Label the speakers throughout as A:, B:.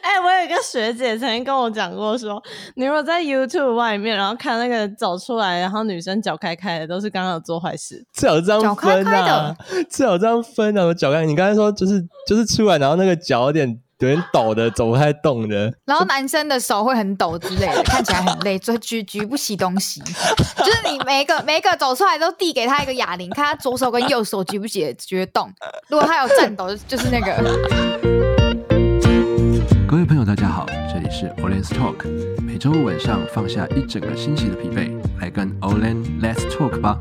A: 哎、我有一个学姐曾经跟我讲过说，你如果在 YouTube 外面，然后看那个走出来，然后女生脚开开的，都是刚刚有做坏事。
B: 至少这样
C: 脚开
B: 分
C: 开
B: 啊
C: 的，
B: 至少这样分啊！我脚开，你刚才说就是就是出来，然后那个脚有点有点抖的，走不太动的，
C: 然后男生的手会很抖之类 的，看起来很累，就举举不起东 西。就是你每一个每一个走出来都递给他一个哑铃，看他左手跟右手举不起举得动。如果他有颤抖，就是那个。
D: 各位朋友，大家好，这里是 Olen's Talk，每周五晚上放下一整个星期的疲惫，来跟 Olen Let's Talk 吧。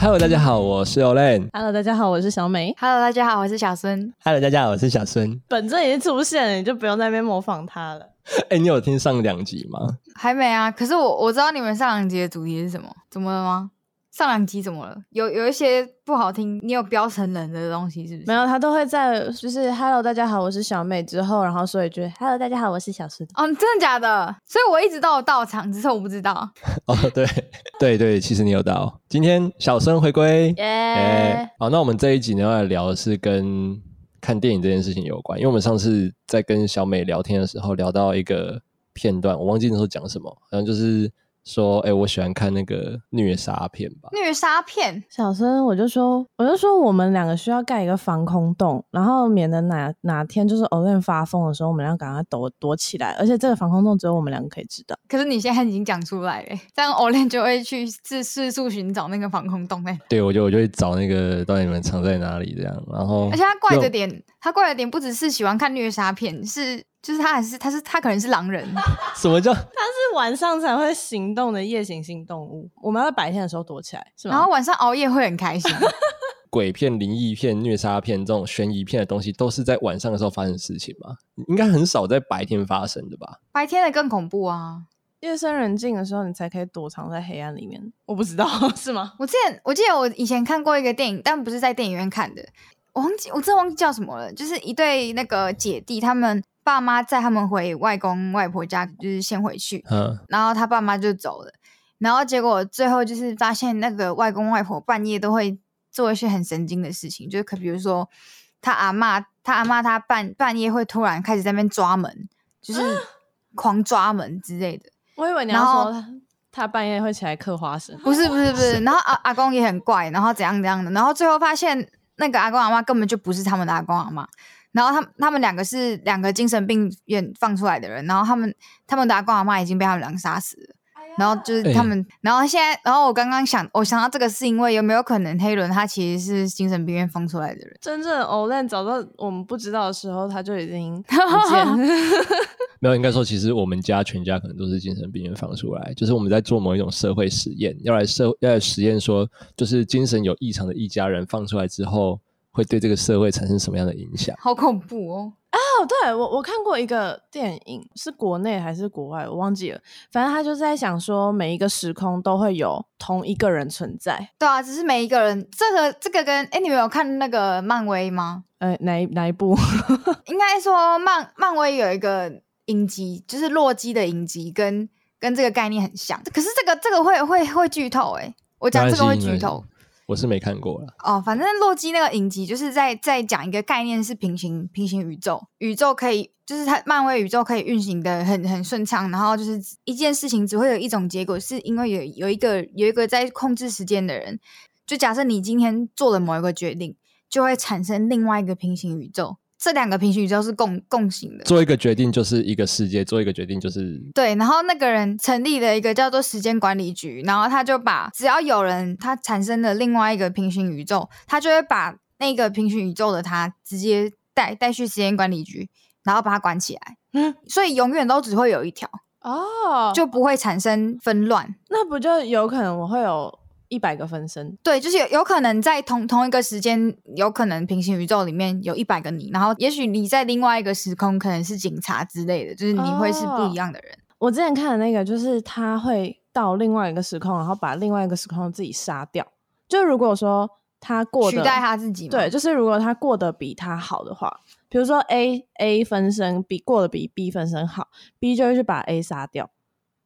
B: Hello，大家好，我是 Olen。
A: Hello，大家好，我是小美。
C: Hello，大家好，我是小孙。
B: Hello，大家好，我是小孙。
A: 本尊已经出现了，你就不用在那边模仿他了。
B: 哎、你有听上两集吗？
C: 还没啊，可是我我知道你们上两集的主题是什么，怎么了吗？上两集怎么了？有有一些不好听，你有标成人的东西是不是？
A: 没有，他都会在就是 Hello，大家好，我是小美之后，然后说一句 Hello，大家好，我是小孙。
C: 哦，真的假的？所以我一直都有到场，只是我不知道。
B: 哦，对对对，其实你有到。今天小孙回归，
A: 耶、
B: 哎，好，那我们这一集呢要来聊的是跟看电影这件事情有关，因为我们上次在跟小美聊天的时候聊到一个片段，我忘记那时候讲什么，好像就是说，哎、我喜欢看那个虐杀片吧。
C: 虐杀片，
A: 小孙，我就说，我就说，我们两个需要盖一个防空洞，然后免得哪哪天就是偶然发疯的时候，我们俩赶快躲躲起来。而且这个防空洞只有我们两个可以知道。
C: 可是你现在已经讲出来了， 这样 Olen 就会去四四处寻找那个防空洞哎、
B: 对，我就我就会找那个到底你们藏在哪里这样，然后
C: 而且他怪
B: 因为
C: 的点，他怪的点不只是喜欢看虐杀片，是就是他还是他是他可能是狼人，
B: 什么叫
A: 它是晚上才会行动的夜行性动物，我们要在白天的时候躲起来，是吗？
C: 然后晚上熬夜会很开心。
B: 鬼片、灵异片、虐杀片这种悬疑片的东西，都是在晚上的时候发生的事情吧？应该很少在白天发生的吧？
C: 白天的更恐怖啊！
A: 夜深人静的时候，你才可以躲藏在黑暗里面。我不知道 是吗？
C: 我之前我记得我以前看过一个电影，但不是在电影院看的，我忘记我真的忘记叫什么了。就是一对那个姐弟，他们爸妈载他们回外公外婆家，就是先回去，
B: 嗯，
C: 然后他爸妈就走了，然后结果最后就是发现那个外公外婆半夜都会做一些很神经的事情，就是可比如说他阿嬷，他阿嬷，他半半夜会突然开始在那边抓门，就是狂抓门之类的。
A: 我以为你要
C: 然后
A: 说他他半夜会起来嗑花生。
C: 不是不是不 是，然后阿阿公也很怪，然后怎样怎样的，然后最后发现那个阿公阿妈根本就不是他们的阿公阿妈，然后他们他们两个是两个精神病院放出来的人，然后他们他们的阿公阿妈已经被他们俩杀死了。然后就是他们，然后现在，然后我刚刚想，我想到这个是因为有没有可能黑伦他其实是精神病院放出来的人？
A: 真正的 Olan 找到我们不知道的时候，他就已 经不见了
B: 没有，应该说，其实我们家全家可能都是精神病院放出来，就是我们在做某一种社会实验，要来社要来实验说，就是精神有异常的一家人放出来之后，会对这个社会产生什么样的影响？
C: 好恐怖哦！
A: 哦，对我我看过一个电影，是国内还是国外，我忘记了。反正他就是在想说，每一个时空都会有同一个人存在。
C: 对啊，只是每一个人，这个这个跟哎，你们有看那个漫威吗？
A: 呃，哪一哪一部？
C: 应该说漫漫威有一个影集，就是洛基的影集跟，跟这个概念很像。可是这个这个会会会剧透哎、我讲这个
B: 没
C: 会
B: 关
C: 剧
B: 系
C: 透，
B: 我是没看过了，
C: 哦。反正洛基那个影集就是在在讲一个概念是平行平行宇宙，宇宙可以就是它漫威宇宙可以运行的很很顺畅，然后就是一件事情只会有一种结果，是因为有有一个有一个在控制时间的人。就假设你今天做了某一个决定，就会产生另外一个平行宇宙。这两个平行宇宙是共共行的，
B: 做一个决定就是一个世界，做一个决定就是
C: 对，然后那个人成立了一个叫做时间管理局，然后他就把只要有人他产生了另外一个平行宇宙，他就会把那个平行宇宙的他直接带带去时间管理局，然后把他管起
A: 嗯
C: 来。嗯，所以永远都只会有一条，
A: 哦，
C: 就不会产生纷乱。
A: 那不就有可能我会有一百个分身？
C: 对，就是有有可能在同同一个时间，有可能平行宇宙里面有一百个你，然后也许你在另外一个时空可能是警察之类的，就是你会是不
A: 哦
C: 一样的人。
A: 我之前看的那个，就是他会到另外一个时空，然后把另外一个时空自己杀掉。就如果说他过
C: 取
A: 得
C: 代他自己嘛
A: 对，就是如果他过得比他好的话，比如说 A A 分身比过得比 B 分身好，B 就会去把 A 杀掉，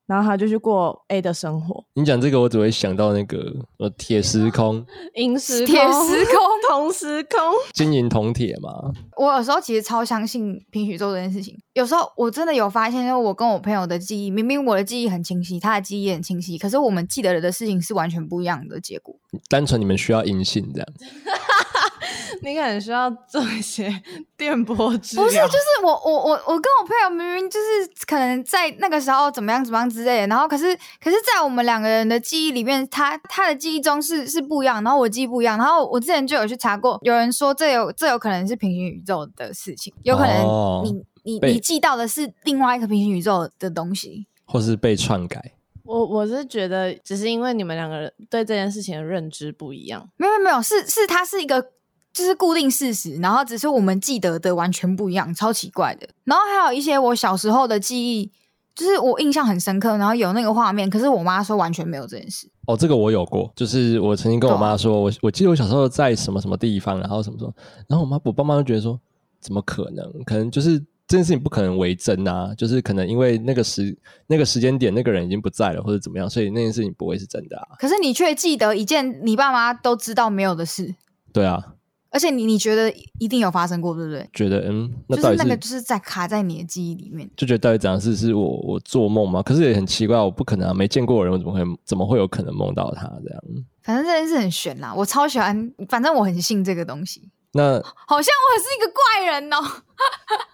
A: 然后他就去过 A 的生活，
B: 你讲这个，我只会想到那个呃铁时空
A: 银时
C: 铁
A: 空
C: 时空
A: 同时空，
B: 金银铜铁嘛，
C: 我有时候其实超相信平宇宙这件事情。有时候我真的有发现，就是我跟我朋友的记忆，明明我的记忆很清晰，他的记忆也很清晰，可是我们记得的事情是完全不一样的结果。
B: 单纯你们需要银杏这样。
A: 你可能需要做一些 电波治疗。
C: 不是，就是我我我我跟我朋友明明就是可能在那个时候怎么样怎么样之类的，然后可是可是在我们两个人的记忆里面，他他的记忆中是是不一样，然后我记忆不一样，然后我之前就有去查过，有人说这有这有可能是平行宇宙的事情，有可能你、
B: 哦
C: 你
B: 被
C: 你记到的是另外一个平行宇宙的东西，
B: 或是被篡改，
A: 我我是觉得，只是因为你们两个人对这件事情的认知不一样。
C: 没有没有没有，是是它是一个就是固定事实，然后只是我们记得的完全不一样，超奇怪的。然后还有一些我小时候的记忆，就是我印象很深刻，然后有那个画面，可是我妈说完全没有这件事。
B: 哦，这个我有过，就是我曾经跟我
C: 对啊
B: 妈说，我我记得我小时候在什么什么地方，然后什么什么，然后我妈我爸妈就觉得说，怎么可能？可能就是这件事情不可能为真啊，就是可能因为那个时那个时间点那个人已经不在了，或者怎么样，所以那件事情不会是真的啊。
C: 可是你却记得一件你爸妈都知道没有的事，
B: 对啊，
C: 而且你你觉得一定有发生过，对不对？
B: 觉得嗯，那
C: 就
B: 到
C: 是
B: 底
C: 那个就是在卡在你的记忆里面。
B: 就觉得到底怎样是是我我做梦吗？可是也很奇怪，我不可能啊，没见过的人，我怎么会怎么会有可能梦到他这样？
C: 反正这件事很悬啦，我超喜欢，反正我很信这个东西，
B: 那
C: 好像我是一个怪人哦、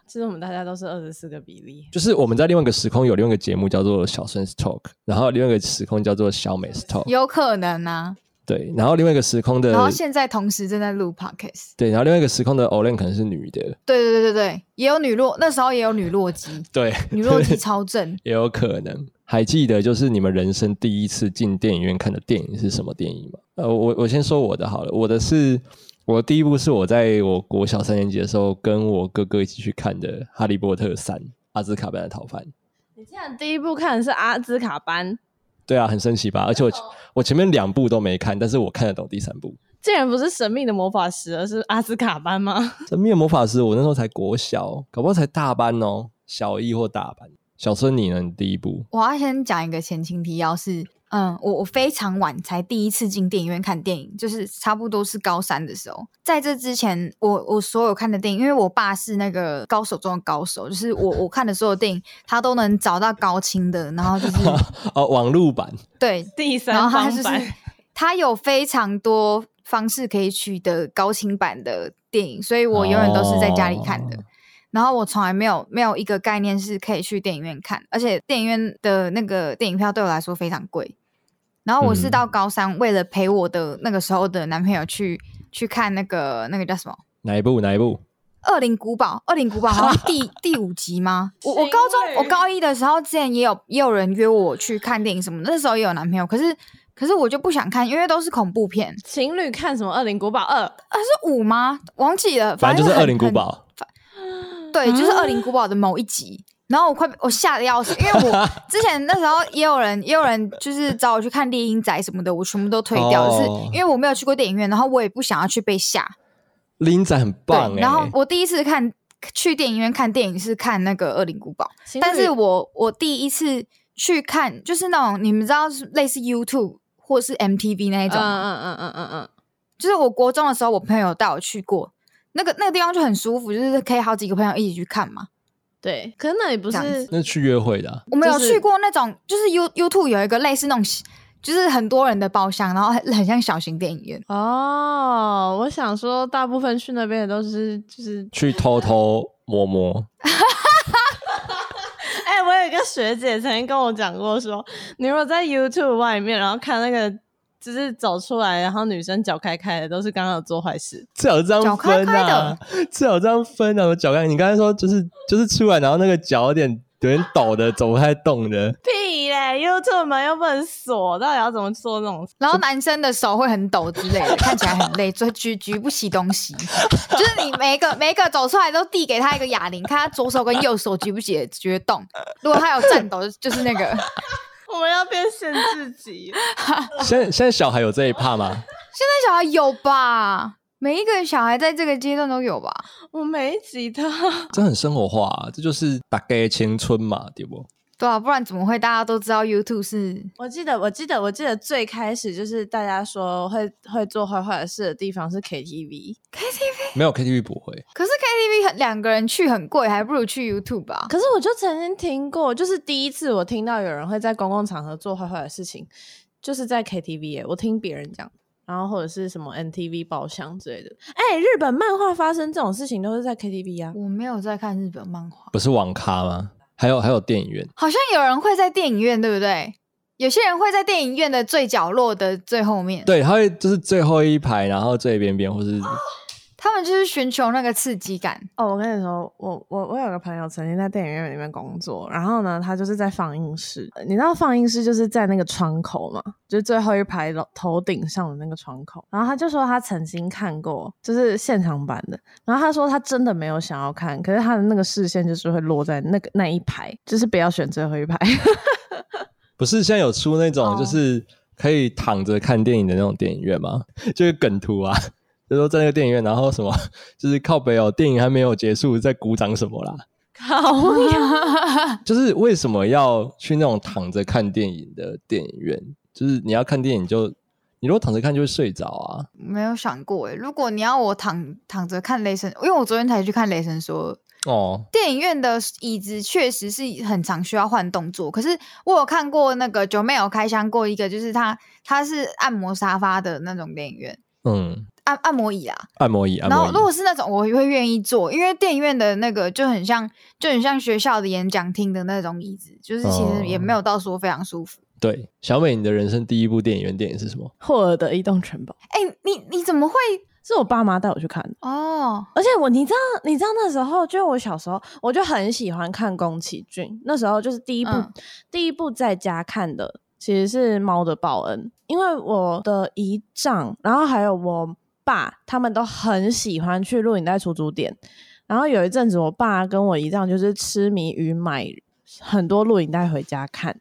A: 其实我们大家都是二十四个比例，
B: 就是我们在另外一个时空有另外一个节目叫做小孙 Talk，然后另外一个时空叫做小美 Talk，
C: 有可能啊。
B: 对，然后另外一个时空的
C: 然后现在同时正在录 podcast。
B: 对，然后另外一个时空的 Olen 可能是女的，
C: 对对对对对，也有女洛，那时候也有女洛基，
B: 对，
C: 女洛 基超正。
B: 也有可能。还记得就是你们人生第一次进电影院看的电影是什么电影吗？呃，我我先说我的好了，我的是我的第一部是我在我国小三年级的时候跟我哥哥一起去看的《哈利波特三：阿兹卡班的逃犯》。
A: 你竟然第一部看的是阿兹卡班，
B: 对啊，很神奇吧？而
C: 哦
B: 且我我前面两部都没看，但是我看得懂第三部。
A: 竟然不是神秘的魔法师，而是阿兹卡班吗？
B: 《神秘的魔法师》，我那时候才国小，搞不好才大班哦，小一或大班。小孙，你呢？你第一部
C: 我要先讲一个前情提要是，嗯，我我非常晚才第一次进电影院看电影，就是差不多是高三的时候。在这之前，我我所有看的电影，因为我爸是那个高手中的高手，就是我我看的所有电影，他都能找到高清的，然后 就是嗯
B: 哦，网路版
C: 对
A: 第
C: 然
A: 三
C: 后它
A: 方
C: 就是
A: 版，
C: 它有非常多方式可以取得高清版的电影，所以我永远都是在家里看的。
B: 哦
C: 然后我从来没有没有一个概念是可以去电影院看，而且电影院的那个电影票对我来说非常贵。然后我是
B: 嗯
C: 到高三，为了陪我的那个时候的男朋友去去看那个那个叫什么
B: 哪一部？哪一部？
C: 《恶灵古堡》，《恶灵古堡》好像第第五集吗？我我
A: 是
C: 高中
A: 因为
C: 我高一的时候，之前也有也有人约我去看电影什么的，那时候也有男朋友，可是可是我就不想看，因为都是恐怖片。
A: 情侣看什么《恶灵古堡二》？
C: 啊，是五吗？忘记了，
B: 反正就是《
C: 很
B: 恶灵古，堡》。
C: 很对，就是《恶灵古堡》的某一集。然后我快被我吓得要死，因为 我之前那时候也有人也有人就是找我去看《猎鹰仔》什么的，我全部都推掉，
B: 哦
C: 就是因为我没有去过电影院，然后我也不想要去被吓。
B: 林仔很棒
C: 对，
B: 哎、
C: 然后我第一次看去电影院看电影是看那个《恶灵古堡》。
A: 情侣
C: 但是我我第一次去看，就是那种你们知道是类似 YouTube 或是 MTV 那一
A: 嗯
C: 种吗，
A: 嗯嗯嗯嗯嗯，
C: 就是我国中的时候，我朋友带我去过，那个那个地方就很舒服，就是可以好几个朋友一起去看嘛。
A: 对。可是那里不
C: 这样
A: 是
B: 那去约会的啊、
C: 我们有
A: 就是
C: 去过那种，就是 You YouTube 有一个类似那种，就是很多人的包厢，然后很很像小型电影院。
A: 哦，我想说，大部分去那边的都是就是
B: 去偷偷摸摸，
A: 哎、我有一个学姐曾经跟我讲过说，你如果在 YouTube 外面，然后看那个就是走出来，然后女生脚开开的，都是刚刚有做坏事。
B: 最好这样分
C: 脚开开
B: 啊
C: 的，
B: 最好这样分啊！我脚刚，你刚才说就是就是出来，然后那个脚有点有点抖的，走不太动的，
A: 屁嘞！YouTube 门又不能锁，到底要怎么做那种？
C: 然后男生的手会很抖之类的，看起来很累，就举举不起东西。就是你每一个每一个走出来都递给他一个哑铃，看他左手跟右手举不起举得动。如果他有颤抖，就就是那个。
A: 我们要变限制级，
B: 现在现在小孩有这一怕吗？
C: 现在小孩有吧？每一个小孩在这个阶段都有吧？
A: 我没吉他。
B: 这很生活化、啊，这就是大概青春嘛，对不？
C: 对啊，不然怎么会大家都知道 YouTube 是？
A: 我记得，我记得，我记得最开始就是大家说会会做坏坏的事的地方是 KTV，
B: 没有 KTV 不会，
C: 可是 KTV 很两个人去很贵，还不如去 YouTube 吧。
A: 可是我就曾经听过，就是第一次我听到有人会在公共场合做坏坏的事情，就是在 KTV，耶、我听别人讲，然后或者是什么 NTV 包厢之类的。哎、日本漫画发生这种事情都是在 KTV 啊。
C: 我没有在看日本漫画，
B: 不是网咖吗？还有还有电影院，
C: 好像有人会在电影院，对不对？有些人会在电影院的最角落的最后面，
B: 对，他会就是最后一排，然后最边边，或是
C: 他们就是寻求那个刺激感。
A: 哦，我跟你说，我我我有个朋友曾经在电影院里面工作，然后呢，他就是在放映室。你知道放映室就是在那个窗口嘛，就是最后一排楼头顶上的那个窗口。然后他就说他曾经看过，就是现场版的。然后他说他真的没有想要看，可是他的那个视线就是会落在那个那一排，就是不要选最后一排。
B: 不是现在有出那种
C: 哦
B: 就是可以躺着看电影的那种电影院吗？ 就是梗图啊， 就说在那个电影院，然后什么 就是靠北哦，电影还没有结束，在鼓掌什么啦？
A: 靠
B: 就是为什么要去那种躺着看电影的电影院？就是你要看电影就你如果躺着看就会睡着啊，
C: 没有想过诶，如果你要我躺躺着看雷神，因为我昨天才去看雷神说
B: 哦，
C: 电影院的椅子确实是很常需要换动作，可是我有看过那个九妹有开箱过一个，就是它它是按摩沙发的那种电影院，
B: 嗯，
C: 按按摩椅啊。
B: 按摩椅，按
C: 然后
B: 摩椅
C: 如。果是那种，我会愿意坐，因为电影院的那个就很像就很像学校的演讲厅的那种椅子，就是其实也
B: 哦
C: 没有到说非常舒服。
B: 对，小美，你的人生第一部电影院电影是什么？
A: 霍尔的移动城堡
C: 哎、你你怎么会？
A: 是我爸妈带我去看的。
C: 哦，
A: 而且我，你知道，你知道那时候，就我小时候，我就很喜欢看宫崎骏。那时候就是第一部，
C: 嗯
A: 第一部在家看的其实是《猫的报恩》，因为我的姨丈，然后还有我爸，他们都很喜欢去录影带出租店。然后有一阵子，我爸跟我姨丈就是痴迷于买很多录影带回家看。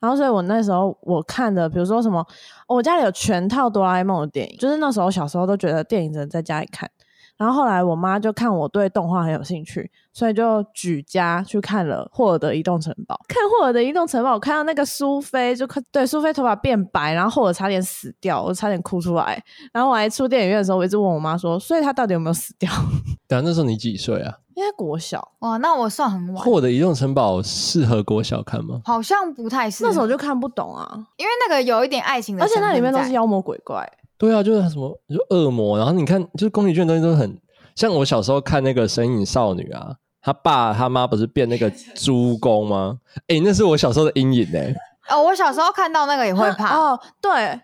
A: 然后，所以我那时候我看的，比如说什么，哦我家里有全套哆啦 A 梦的电影，就是那时候小时候都觉得电影只能在家里看。然后后来我妈就看我对动画很有兴趣，所以就举家去看了《霍尔的移动城堡》。看《霍尔的移动城堡》，我看到那个苏菲就快对苏菲头发变白，然后霍尔差点死掉，我差点哭出来。然后我还出电影院的时候，我一直问我妈说：“所以他到底有没有死掉
B: 对啊，那时候你几岁啊？？”
A: 应该国小
C: 哇，那我算很晚，
B: 霍尔的移动城堡适合国小看吗？
C: 好像不太是
A: 那时候就看不懂啊，
C: 因为那个有一点爱情的
A: 而
C: 成
A: 且
C: 分在，
A: 那里面都是妖魔鬼怪。
B: 对啊，就是什么就恶魔，然后你看，就是宫崎骏的东西都很像我小时候看那个《神隐少女》啊，他爸他妈不是变那个猪公吗？哎、那是我小时候的阴影哎、
C: 哦，我小时候看到那个也会怕，
A: 哦，对，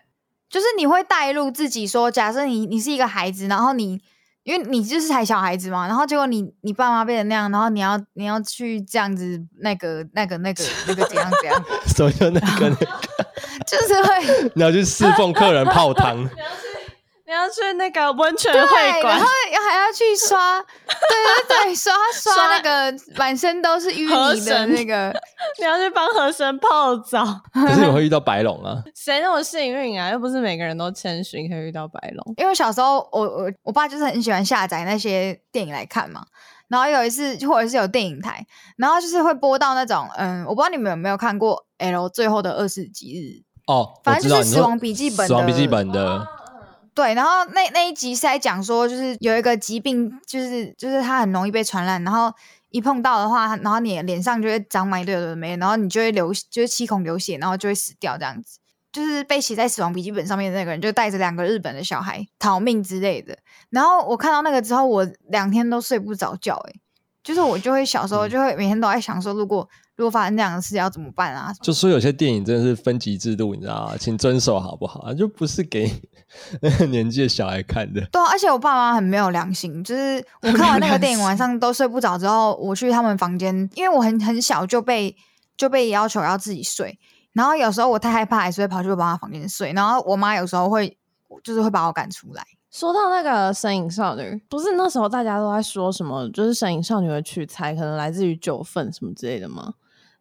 C: 就是你会带入自己说，假设你你是一个孩子，然后你因为你就是还小孩子嘛，然后结果你你爸妈变成那样，然后你要你要去这样子那个那个那个那个怎样怎 样，
B: 什么叫那个那个，
C: 就是会
B: 你要去侍奉客人泡 汤，
A: 你要去那个温泉
C: 对，
A: 会
C: 然
A: 馆
C: 后还要去刷，对对对，刷刷那个满身都是淤
A: 河
C: 泥的
A: 神
C: 那个，
A: 你要去帮河神泡澡，
B: 可是你会遇到白龙啊，
A: 谁那么幸运啊？又不是每个人都千寻可以遇到白龙。
C: 因为我小时候我我我爸就是很喜欢下载那些电影来看嘛。然后有一次，或者是有电影台，然后就是会播到那种，嗯，我不知道你们有没有看过《L 最后的二十几日》，
B: 哦，
C: 反正
B: 我知道
C: 就是
B: 你
C: 死
B: 说
C: 亡笔记本
B: 死亡笔
C: 的啊
B: 记本的，
A: 哦
C: 对，然后那那一集是在讲说，就是有一个疾病，就是就是它很容易被传染，然后一碰到的话，然后你的脸上就会长满一堆有的没的，然后你就会流，就是七孔流血，然后就会死掉这样子。就是被写在死亡笔记本上面的那个人，就带着两个日本的小孩逃命之类的。然后我看到那个之后，我两天都睡不着觉、欸，就是我就会小时候就会每天都在想说，如果如果发生这样的事要怎么办啊？
B: 就说有些电影真的是分级制度，你知道吗？请遵守好不好？啊就不是给 那个年纪的小孩看的。
C: 对啊、而且我爸妈很没有良心，就是我看完那个电影晚上都睡不着之后，我去他们房间，因为我很很小就被就被要求要自己睡，然后有时候我太害怕，还是会跑去我爸妈房间睡，然后我妈有时候会就是会把我赶出来。
A: 说到那个《身影少女》，不是那时候大家都在说什么，就是《身影少女》的取材可能来自于九份什么之类的吗？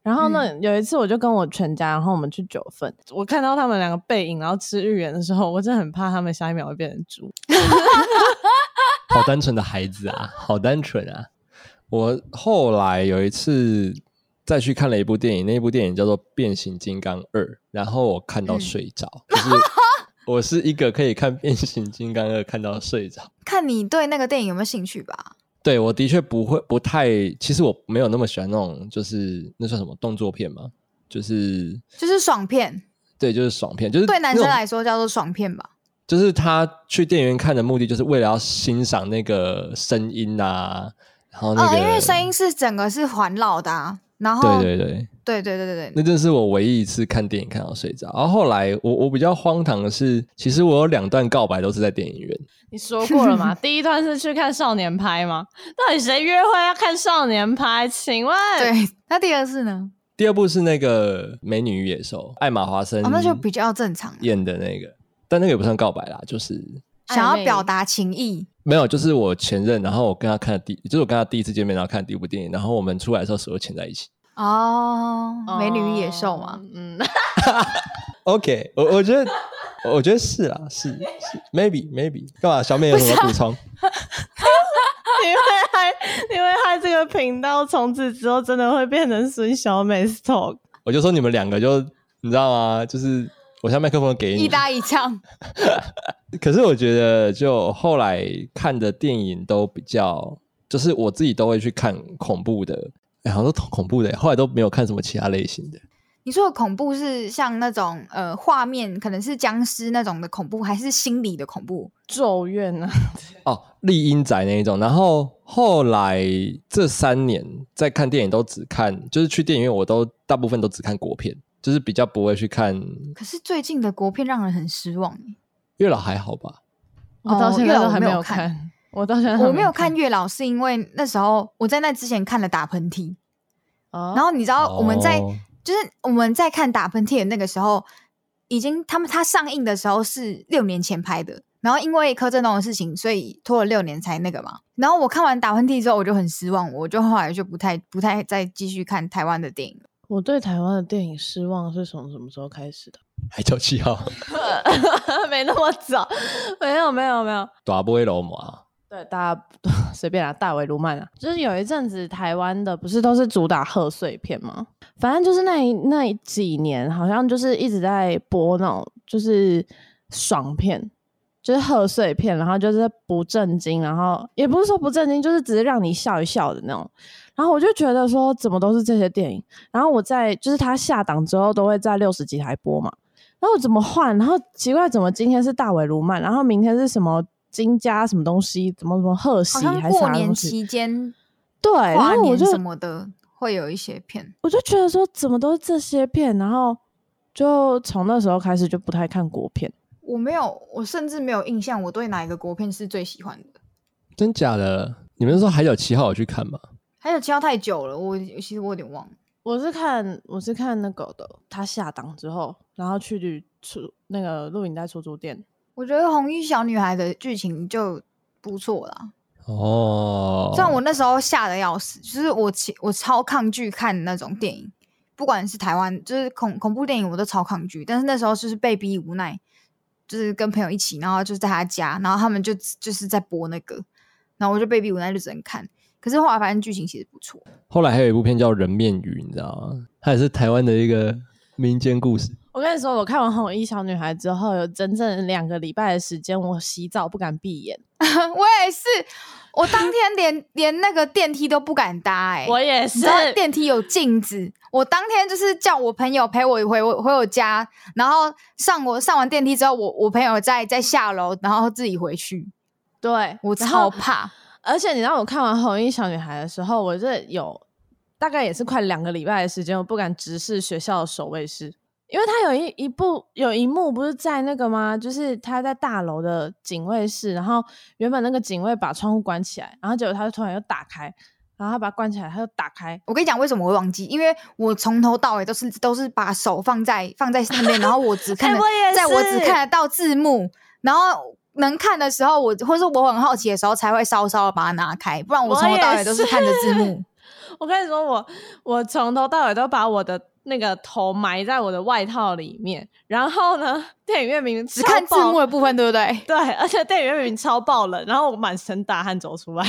A: 然后呢，
C: 嗯
A: 有一次我就跟我全家，然后我们去九份，我看到他们两个背影，然后吃芋圆的时候，我真的很怕他们下一秒会变成猪。
B: 好单纯的孩子啊，好单纯啊！我后来有一次再去看了一部电影，那一部电影叫做《变形金刚二》，然后我看到
C: 嗯
B: 睡着，就是 我是一个可以看《变形金刚二》看到睡着。
C: 看你对那个电影有没有兴趣吧。
B: 对我的确不会不太，其实我没有那么喜欢那种，就是那算什么动作片嘛，就是
C: 就是爽片，
B: 对，就是爽片，就是
C: 对男生
B: 呃那种
C: 来说叫做爽片吧。
B: 就是他去电影院看的目的，就是为了要欣赏那个声音啊，然后那
C: 哦，
B: 个、
C: 因为声音是整个是环绕的啊。然后，
B: 对对对，
C: 对对对对对
B: 那真是我唯一一次看电影看到睡着。然后后来我我比较荒唐的是，其实我有两段告白都是在电影院。
A: 你说过 了嘛？第一段是去看少年拍吗？到底谁约会要看少年拍？请问，
C: 对。 那第二次呢？
B: 第二部是那个《美女与野兽》，艾玛华森
C: 哦，那就比较正常了。
B: 演的那个，但那个也不算告白啦，就是
C: 想
A: 暧
C: 要
A: 昧
C: 表达情意，
B: 没有，就是我前任，然后我跟他看的第，就是我跟他第一次见面，然后看的第一部电影，然后我们出来的时候手又牵在一起。
C: 哦，美女与野兽嘛
A: 嘛，，嗯，
B: OK，我我觉得，我觉得是啦，是是，maybe maybe，干嘛？小美有什么补充？
A: 你会害，你会害这个频道从此之后真的会变成孙小美 talk。
C: 啊
B: 我就说你们两个就你知道吗？就是我现在麦克风给
C: 一
B: 你，
C: 搭一唱。
B: 可是我觉得就后来看的电影都比较，就是我自己都会去看恐怖的，哎，好像都恐怖的，后来都没有看什么其他类型的。
C: 你说的恐怖是像那种呃画面，可能是僵尸那种的恐怖，还是心理的恐怖？
A: 咒怨啊，
B: 哦，丽英仔那一种。然后后来这三年在看电影都只看，就是去电影院我都大部分都只看国片，就是比较不会去看
C: 可是最近的国片让人很失望耶，欸
B: 月老还好吧？
A: 我到现在都还没有
C: 哦月老我没有
A: 看，我到现在还
C: 我没有
A: 看
C: 看《月老》，是因为那时候我在那之前看了打喷嚏，
A: 哦
C: 然后你知道我们在、
B: 哦
C: 就是我们在看打喷嚏的那个时候，已经他们他上映的时候是六年前拍的，然后因为柯震东的事情，所以拖了六年才那个嘛。然后我看完打喷嚏之后，我就很失望，我就后来就不太不太再继续看台湾的电影了。
A: 我对台湾的电影失望是从什么时候开始的？
B: 海角七号、
A: 没那么早，没有没有没有，
B: 大波罗马，
A: 对，大家 随便啦，大为卢曼啊，就是有一阵子台湾的不是都是主打贺岁片吗？反正就是那一那一几年，好像就是一直在播那种就是爽片，就是贺岁片，然后就是不正经，然后也不是说不正经，就是只是让你笑一笑的那种。然后我就觉得说，怎么都是这些电影。然后我在就是它下档之后都会在六十几台播嘛，然后我怎么换？然后奇怪，怎么今天是大尾卢曼，然后明天是什么金家什么东西，怎么什么贺喜
C: 好像
A: 还是
C: 过
A: 啥
C: 年
A: 东西？
C: 期间、
A: 对，然
C: 跨
A: 后我
C: 年
A: 就
C: 什么的会有一些片。
A: 我就觉得说，怎么都是这些片，然后就从那时候开始就不太看国片。
C: 我没有，我甚至没有印象，我对哪一个国片是最喜欢的。
B: 真假的？你们说海角七号有去看吗？
C: 还有交太久了，我其实我有点忘了。
A: 我是看我是看那个的，他下档之后，然后去旅出那个录影带出租店，
C: 我觉得《红衣小女孩》的剧情就不错啦，
B: 哦，
C: 虽然我那时候吓得要死，就是我其我超抗拒看那种电影，不管是台湾就是恐恐怖电影，我都超抗拒。但是那时候就是被逼无奈，就是跟朋友一起，然后就是在他家，然后他们就就是在播那个，然后我就被逼无奈就只能看。可是后来发现剧情其实不错，
B: 后来还有一部片叫《人面鱼》，你知道吗？它也是台湾的一个民间故事。
A: 我跟你说，我看完《红衣小女孩》之后，有整整两个礼拜的时间，我洗澡不敢闭眼。
C: 我也是，我当天连连那个电梯都不敢搭、欸，
A: 我也
C: 你
A: 是
C: 知，道电梯有镜子，我当天就是叫我朋友陪我回我回我家，然后上我上完电梯之后，我我朋友再再下楼，然后自己回去，
A: 对
C: 我
A: 然后
C: 超怕。
A: 而且你让我看完《红衣小女孩》的时候，我这有大概也是快两个礼拜的时间，我不敢直视学校的守卫室，因为他有一一部有一幕不是在那个吗？就是他在大楼的警卫室，然后原本那个警卫把窗户关起来，然后结果他就突然又打开，然后他把它关起来，他又打开，
C: 我跟你讲为什么我会忘记，因为我从头到尾都是都是把手放在放在那边，然后我只看得、
A: 哎我也
C: 在我只
A: 是
C: 看得到字幕，然后。能看的时候我，或者是我很好奇的时候，才会稍稍的把它拿开，不然
A: 我
C: 我从头到
A: 也
C: 尾都是看着字幕。
A: 我跟你说，我我从头到尾都把我的那个头埋在我的外套里面，然后呢，电影院明明
C: 只
A: 只
C: 看字幕，的部分，对不对？
A: 对，而且电影院明明超爆冷，然后我满身大汗走出来。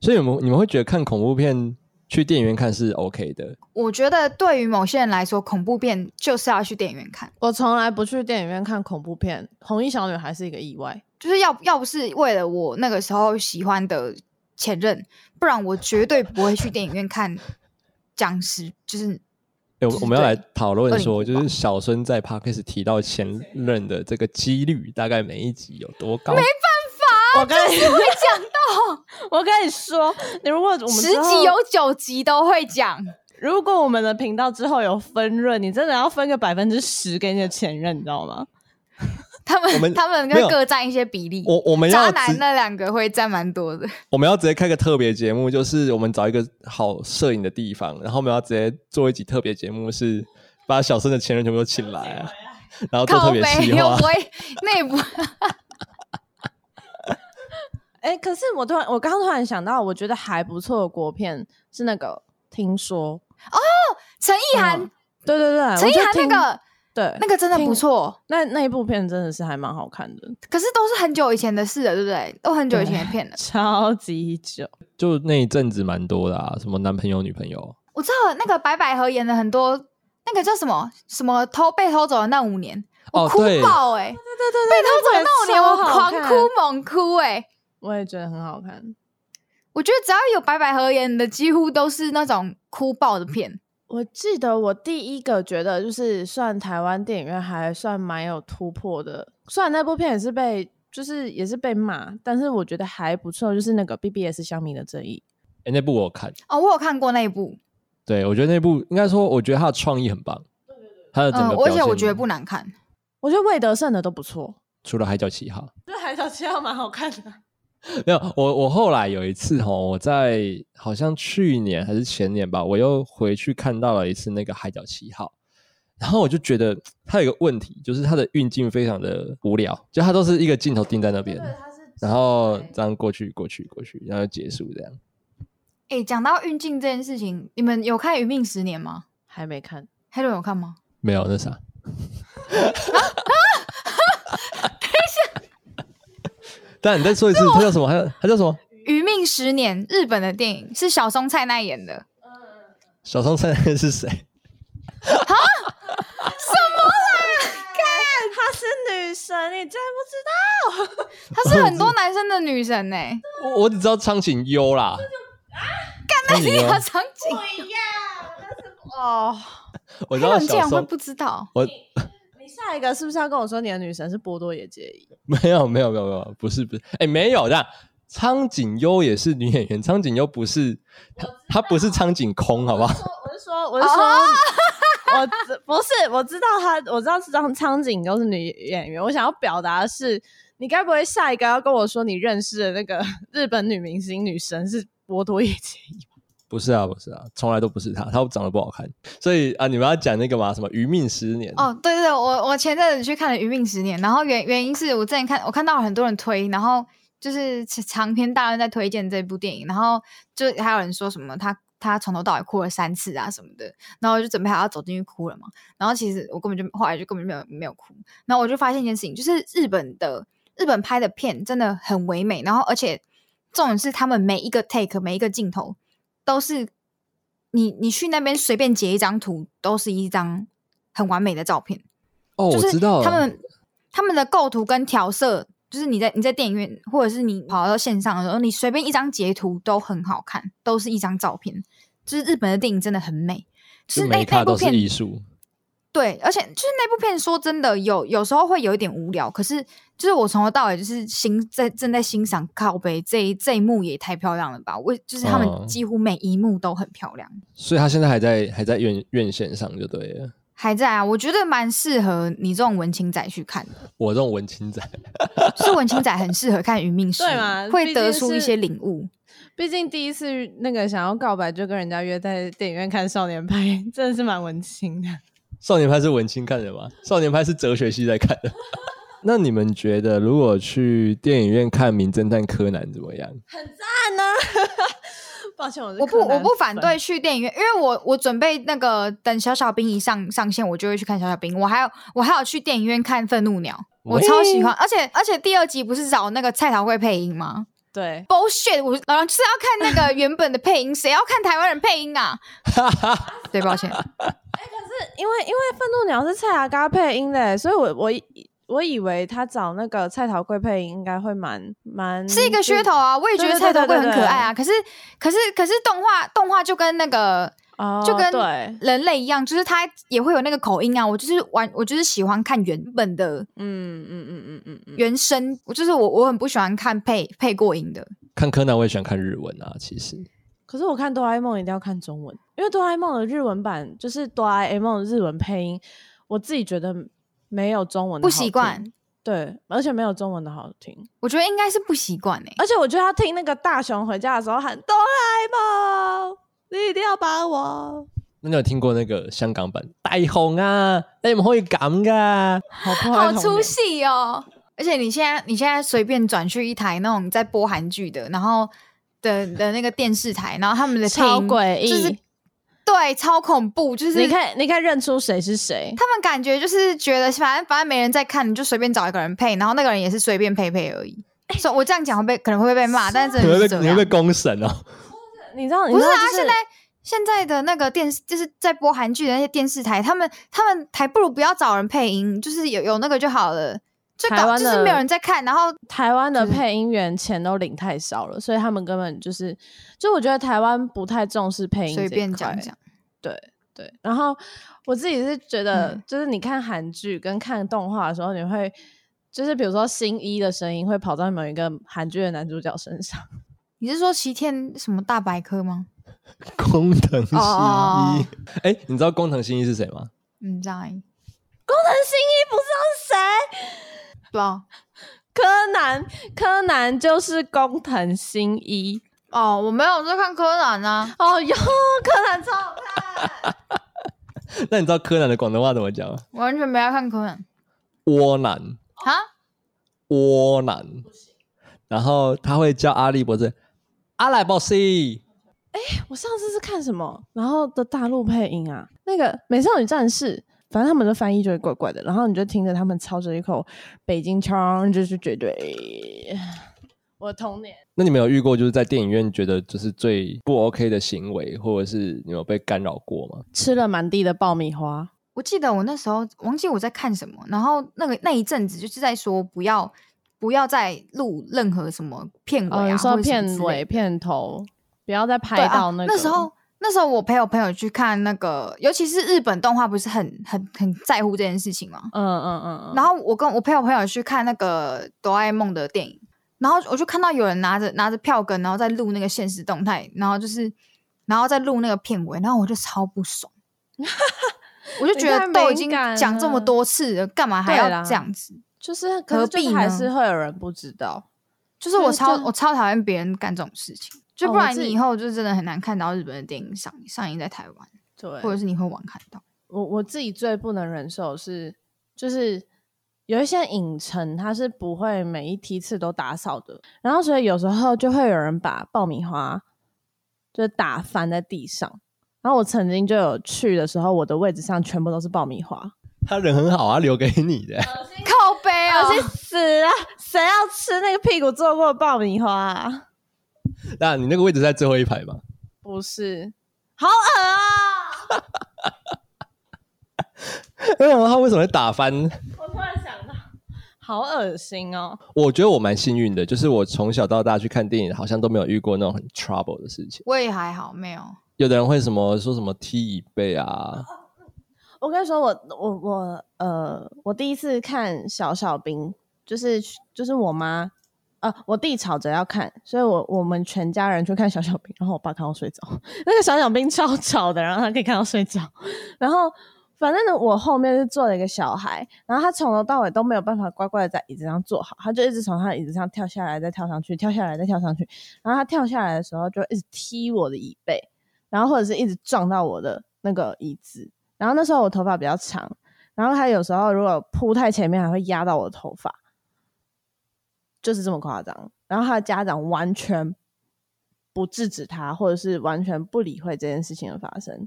B: 所以你们你们会觉得看恐怖片去电影院看是 OK 的。
C: 我觉得对于某些人来说，恐怖片就是要去电影院看，
A: 我从来不去电影院看恐怖片，《红衣小女孩》是一个意外。
C: 就是要要不是为了我那个时候喜欢的前任，不然我绝对不会去电影院看僵尸，就是
B: 哎、我
C: 就
B: 们
C: 是
B: 我们要来
C: 对
B: 讨论说，
C: 恶灵古
B: 就
C: 堡
B: 是小孙在 p a r k a s 提到前任的这个几率，大概每一集有多高？
A: 我跟你，
C: 会讲到
A: 我跟你说，你如果我们
C: 十
A: 之后
C: 集有九集都会讲。
A: 如果我们的频道之后有分润，你真的要分个百分之十给你的前任，你知道吗？
C: 他们
B: 我们
C: 他们
B: 没
C: 会
B: 有
C: 各占一些比例。
B: 我我们
C: 渣
B: 要直哦
C: 男那两个会占蛮多 的，
B: 我们要直接开个特别节目，就是我们找一个好摄影的地方，然后我们要直接做一集特别节目，是把小孙的前任全部都请来、啊，然后做
C: 靠
B: 特别
C: 背
B: 企
C: 又
B: 划
C: 不。会，那也不
A: 哎、可是我突然，我刚刚突然想到，我觉得还不错的国片是那个《听说
C: 陈意》涵
A: 嗯，对对对，
C: 陈意
A: 我就
C: 涵那
A: 听
C: 个
A: 对
C: 那个真的
A: 听
C: 不错，
A: 那那一部片真的是还蛮好看的，
C: 可是都是很久以前的事了，对不对？都很久以前的片了。
A: 超级久。
B: 就那一阵子蛮多的、啊，什么男朋友、女朋友，
C: 我知道那个白百合演了很多，那个叫什么什么偷被偷走的那五年，我
B: 哦
C: 哭
B: 对
C: 爆哎、欸！
A: 对对对，
C: 被偷走的那五年，我
A: 那
C: 狂
A: 部也超好看
C: 哭，猛哭哎、
A: 我也觉得很好看。
C: 我觉得只要有白百合演的，几乎都是那种哭爆的片。
A: 我记得我第一个觉得就是算台湾电影院还算蛮有突破的，虽然那部片也是被就是也是被骂，但是我觉得还不错，就是那个 BBS 乡民的正义。
B: 哎、那部我有看，
C: 哦，我有看过那一部，
B: 对我觉得那部应该说，我觉得他的创意很棒，他的整
C: 嗯，
B: 个
C: 而且
B: 表
C: 我
B: 现
C: 觉得不难看。
A: 我觉得魏德胜的都不错，
B: 除了海角七号，
A: 这海角七号蛮好看的。
B: 没有，我我后来有一次哈，我在好像去年还是前年吧，我又回去看到了一次那个《海角七号》，然后我就觉得它有一个问题，就是它的运镜非常的无聊，就它都是一个镜头定在那边，然后这样过去过去过去，然后就结束这样。
C: 哎、讲到运镜这件事情，你们有看《余命十年》吗
A: 还没看，
C: ？Hello，有看吗？
B: 没有那
C: 啊
B: 啥，
C: 啊
B: 但你再说一次，它叫什么？它它叫什么？
C: 《余命十年》日本的电影是小松菜奈演的，
B: 小松菜奈是谁？
A: 哎她是女神，你居然
C: 她
B: 哦
C: 是很多男生的女神欸呢、
B: 我我只知道苍井优啦。干
C: 那个场景，
A: 不知道？一样，哦，
B: 我知
C: 黑
B: 道
C: 人竟
B: 小
C: 然会
B: 松
C: 不知道。
B: 我
A: 你下一个是不是要跟我说你的女神是波多野结衣？
B: 没有没有没有没有，不是不是，哎、没有的。苍井优也是女演员，苍井优不是她，她不是苍井空，好不好？
A: 我是说，我是说，我知 不是我知道他，我知道张苍井都是女演员。我想要表达的是，你该不会下一个要跟我说你认识的那个日本女明星女神是波多野结衣？
B: 不是啊，不是啊，从来都不是她，她长得不好看。所以啊，你们要讲那个嘛，什么余命十年？
C: 哦，对对对，我我前阵子去看了《余命十年》，然后原原因是我之前看我看到很多人推，然后就是长篇大论在推荐这部电影，然后就还有人说什么他他从头到尾哭了三次啊什么的，然后我就准备好要走进去哭了嘛，然后其实我根本就后来就根本就没有没有哭，然后我就发现一件事情，就是日本的日本拍的片真的很唯美，然后而且重点是他们每一个 take 每一个镜头都是你你去那边随便截一张图，都是一张很完美的照片。
B: 哦，
C: 就
B: 我
C: 是
B: 知道了
C: 他们他们的构图跟调色，就是你在你在电影院或者是你跑到线上的时候，你随便一张截图都很好看，都是一张照片。就是日本的电影真的很美，就
B: 就是每
C: 那
B: 一
C: 那
B: 卡
C: 部
B: 都是
C: 片
B: 艺术。
C: 对，而且就是那部片，说真的，有有时候会有一点无聊，可是就是我从头到尾就是欣在正在欣赏靠背这一这一幕也太漂亮了吧！我就是他们
B: 嗯
C: 几乎每一幕都很漂亮，
B: 所以她现在还在还在院院线上就对了。
C: 还在啊，我觉得蛮适合你这种文青仔去看的，
B: 我这种文青仔，
C: 是文青仔很适合看《余命史》，
A: 对嘛
C: 会
A: 毕
C: 得
A: 竟
C: 出一
A: 是
C: 些领悟。
A: 毕竟第一次那个想要告白就跟人家约在电影院看少年派，真的是蛮文青的。
B: 少年派是文青看的吗？少年派是哲学系在看的。那你们觉得，如果去电影院看《名侦探柯南》怎么样？
A: 看呢？抱歉，我是
C: 我不
A: 柯南
C: 我不反
A: 粉
C: 对去电影院，因为我我准备那个等小小兵一上上线，我就会去看小小兵。我还有我还有去电影院看愤怒鸟，我
B: 喂
C: 超喜欢，而且而且第二集不是找那个蔡桃贵配音吗？
A: 对，
C: bullshit！我老娘就是要看那个原本的配音，谁要看台湾人配音啊？对，抱歉，
A: 因为因为愤怒鸟是蔡雅嘎配音的，所以我我以我以为他找那个蔡桃贵配音应该会蛮蛮
C: 是一个噱头啊！我也觉得
A: 嗯对对
C: 菜头
A: 对
C: 会
A: 对
C: 很可爱啊。可是，可是，可是动画动画就跟那个
A: 哦，
C: 就跟
A: 对，
C: 人类一样，就是它也会有那个口音啊。我就是玩，我就是喜欢看原本的
A: 嗯嗯嗯嗯嗯嗯，
C: 原声，我就是我我很不喜欢看配配过音的。
B: 看柯南我也喜欢看日文啊，其实
A: 可是我看哆啦 A 梦一定要看中文，因为哆啦 A 梦的日文版就是哆啦 A 梦的日文配音，我自己觉得没有中文的
C: 不
A: 好听
C: 习惯，
A: 对，而且没有中文的好听，
C: 我觉得应该是不习惯 哎。
A: 而且我觉得他听那个大雄回家的时候喊哆啦 A 梦，你一定要把我，
B: 那你有听过那个香港版大红啊？那你们会讲噶？
A: 好破坏
C: 好
A: 童
C: 出
A: 年
C: 戏哦！而且你现在你现在随便转去一台那种在播韩剧的，然后的的那个电视台，然后他们的配音
A: 超诡异
C: 就是对，超恐怖，就是
A: 你看，你看认出谁是谁？
C: 他们感觉就是觉得反正反正没人在看，你就随便找一个人配，然后那个人也是随便配配而已。
A: 哎
C: 所以我这样讲会被可能会被骂，但是
B: 你
C: 真的
B: 会被
C: 是这
B: 你会被
C: 样。
B: 公审哦。
A: 你知道？你
C: 不
A: 知
C: 是
A: 道
C: 啊，
A: 就是
C: 现在现在的那个电视就是在播韩剧的那些电视台，他们他们还不如不要找人配音，就是有有那个就好了。就
A: 台
C: 搞
A: 湾
C: 就
A: 的
C: 是没有人在看，然后
A: 台湾的
C: 就是
A: 配音员钱都领太少了，所以他们根本就是，就我觉得台湾不太重视配音，
C: 随便讲讲。。
A: 对对，然后我自己是觉得，
C: 嗯
A: 就是你看韩剧跟看动画的时候，你会就是比如说新一的声音会跑到某一个韩剧的男主角身上，
C: 你是说齐天什么大百科吗？
B: 工藤新一，哎、
C: 哦
B: 你知道工藤新一是谁吗？
C: 嗯，知道欸，
A: 但新一不知道是谁，
C: 不知道。
A: 柯南，柯南就是工藤新一。
C: 哦，我没有在看柯南啊，
A: 哦哟，柯南超好看。
B: 那你知道柯南的广东话怎么讲吗？
C: 我完全没在看柯南
B: 窝南，
A: 哦
C: 啊。
B: 窝南。然后他会叫阿笠博士，阿赖博士，
A: 我上次是看什么，然后的大陆配音啊，那个《美少女战士》，反正他们的翻译就会怪怪的，然后你就听着他们操着一口北京腔，就是绝对我童年。
B: 那你们有遇过就是在电影院觉得就是最不 OK 的行为，或者是你有被干扰过吗？
A: 吃了满地的爆米花，
C: 我记得我那时候忘记我在看什么，然后那个那一阵子就是在说不要不要再录任何什么片
A: 哦，
C: 尾啊，
A: 你
C: 或
A: 说
C: 者什么
A: 片
C: 之类
A: 尾
C: 的
A: 片头，不要再拍
C: 对
A: 到
C: 啊
A: 那
C: 那
A: 个。
C: 时候。那时候我陪我朋友去看那个，尤其是日本动画，不是很很很在乎这件事情吗？
A: 嗯，嗯嗯嗯，
C: 然后我跟我陪我朋友去看那个哆啦 A 梦的电影，然后我就看到有人拿着拿着票根，然后在录那个现实动态，然后就是然后再录那个片尾，然后我就超 不爽，我就
A: 你
C: 觉
A: 太
C: 得
A: 敏
C: 都已经
A: 感了
C: 讲这么多次了，干嘛还
A: 对啦
C: 要这样子？
A: 就是可是
C: 何
A: 就
C: 必
A: 是还
C: 呢
A: 是会有人不知道。
C: 就是我
A: 就是
C: 超
A: 这
C: 我超讨厌别人干这种事情，就
A: 哦
C: 不
A: 我
C: 然
A: 自
C: 你
A: 己
C: 以后就真的很难看到日本的电影上上映在台湾，
A: 对，
C: 或者是你会晚看到。
A: 我我自己最不能忍受的是，就是有一些影城它是不会每一梯次都打扫的，然后所以有时候就会有人把爆米花就打翻在地上。然后我曾经就有去的时候，我的位置上全部都是爆米花，
B: 他人很好啊，留给你的。
C: 靠背啊！
A: 恶心死啊！谁要吃那个屁股坐过的爆米花、啊？
B: 那你那个位置在最后一排吗？
A: 不是，好恶啊！
B: 我想说他为什么会打翻？
A: 我突然想到，好恶心哦！
B: 我觉得我蛮幸运的，就是我从小到大去看电影，好像都没有遇过那种很 trouble 的事情。
C: 我也还好，没有。
B: 有的人会什么说什么踢椅背啊，
A: 我跟你说，我我我呃，我第一次看小小兵，就是去就是我妈呃，我弟吵着要看，所以我我们全家人去看小小兵，然后我爸看到睡着， 那个小小兵超吵的，然后他可以看到睡着，然后反正呢，我后面是坐了一个小孩，然后他从头到尾都没有办法乖乖的在椅子上坐好，他就一直从他的椅子上跳下来，再跳上去，跳下来再跳上去，然后他跳下来的时候就一直踢我的椅背，然后或者是一直撞到我的那个椅子，然后那时候我头发比较长，然后他有时候如果扑太前面，还会压到我的头发，就是这么夸张。然后他的家长完全不制止他，或者是完全不理会这件事情的发生。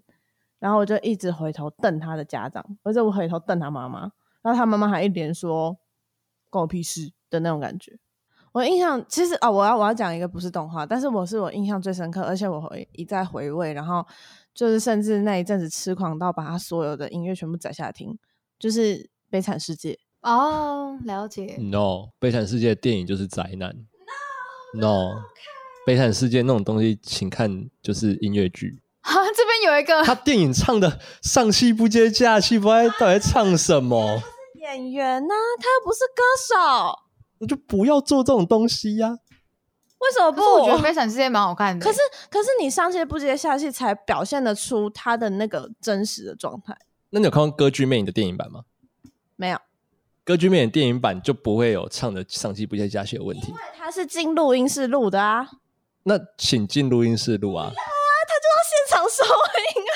A: 然后我就一直回头瞪他的家长，或者我回头瞪他妈妈，然后他妈妈还一脸说“关我屁事”的那种感觉。我印象其实啊、我要我要讲一个不是动画，但是我是我印象最深刻，而且我回一再回味，然后就是甚至那一阵子痴狂到把他所有的音乐全部载下来听，就是《悲惨世界》。
C: 哦，了解。
B: No，悲惨世界的电影就是宅男。No，悲惨世界那种东西，请看就是音乐剧。
C: 哈、 这边有一个
B: 他电影唱的上气不接下气，不知道到底在唱什么，
A: 演员呢、他又不是歌手，
B: 我就不要做这种东西呀、
A: 为什么不？
C: 可是我觉得《悲惨世界》蛮好看的。
A: 可是可是你上气不接下气，才表现得出他的那个真实的状态。
B: 那你有看过《歌剧魅影》的电影版吗？
A: 没有，
B: 《歌剧魅影》电影版就不会有唱的上气不接下气的问题。
A: 他是进录音室录的啊，
B: 那请进录音室录啊。
A: 现场收音啊，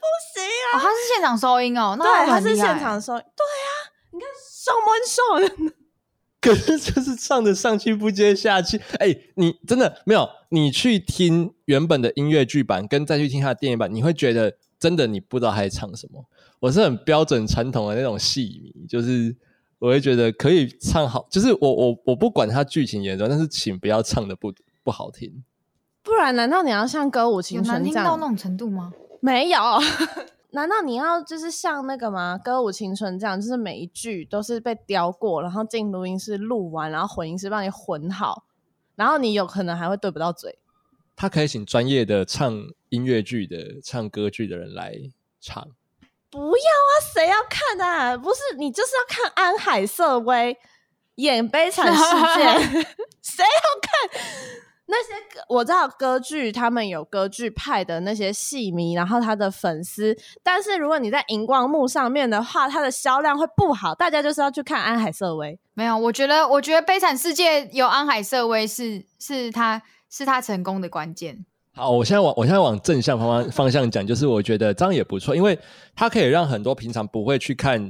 A: 不行啊。
C: 哦，他是现场收音哦，那
A: 对，他
C: 很
A: 是
C: 厉害
A: 现场收音。对啊，你看，someone s o n
B: 可是就是唱的上气不接下气。哎、你真的没有？你去听原本的音乐剧版，跟再去听他的电影版，你会觉得真的你不知道他在唱什么。我是很标准传统的那种戏迷，就是我会觉得可以唱好，就是我我我不管他剧情严重，但是请不要唱的不不好听。
A: 不然难道你要像歌舞
C: 有
A: 青
C: 难
A: 春
C: 听
A: 这
C: 到那
A: 样？
C: 种程度吗？
A: 没有。 难道你要就是像那个吗？歌舞青春这样，就是每一句都是被雕过，然后进录音室录完，然后混音师帮你混好，然后你有可能还会对不到嘴。
B: 他可以请专业的唱音乐剧的、唱歌剧的人来唱。
A: 不要啊，谁要看啊？不是你就是要看安海瑟薇演《悲惨世界》， 谁要看？那些歌我知道歌剧，他们有歌剧派的那些戏迷，然后他的粉丝。但是如果你在荧光幕上面的话，它的销量会不好。大家就是要去看安海瑟薇。
C: 没有，我觉得，我觉得《悲惨世界》有安海瑟薇是是他是他成功的关键。
B: 好，我现在往我现在往正向方方方向讲，就是我觉得这样也不错，因为它可以让很多平常不会去看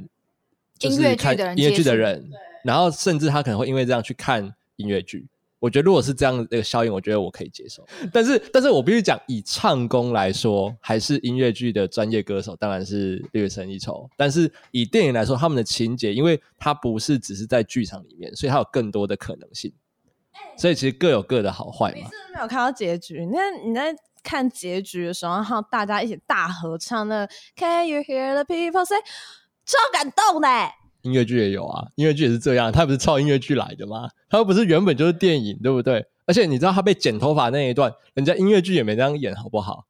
B: 就
C: 音乐
B: 是
C: 剧
B: 看
C: 的人
B: 音乐
C: 接
B: 剧的
C: 触
B: 人，然后甚至他可能会因为这样去看音乐剧。我觉得如果是这样的一个效应，我觉得我可以接 受。但是，但是我必须讲，以唱功来说，还是音乐剧的专业歌手当然是略胜一筹。但是以电影来说，他们的情节，因为它不是只是在剧场里面，所以它有更多的可能性。所以其实各有各的好坏
A: 你
B: 嘛
A: 是。不是没有看到结局？那你在看结局的时候，然后大家一起大合唱那个 Can you hear the people say？超感动的欸、
B: 音乐剧也有啊，音乐剧也是这样，它不是照音乐剧来的吗？它又不是原本就是电影，对不对？而且你知道他被剪头发那一段，人家音乐剧也没这样演，好不好？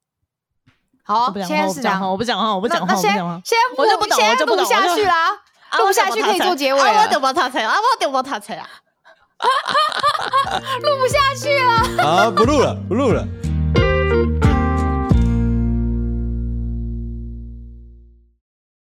C: 好
A: 我，不
C: 哦现
A: 讲
C: 在
A: 话，我
C: 是
A: 不
C: 这
A: 讲
C: 样
A: 话，。我不讲话，我不讲
C: 那
A: 话，我
C: 那
A: 不
C: 现在
A: 讲话。
C: 现在
A: 我就不懂
C: 现在
A: 我就不懂
C: 录下去啦，
A: 啊
C: 录下去可以做结尾了
A: 啊，我丢不他菜啊，我丢不他菜啊。
C: 录不下去了。
B: 啊，不录了，不录了。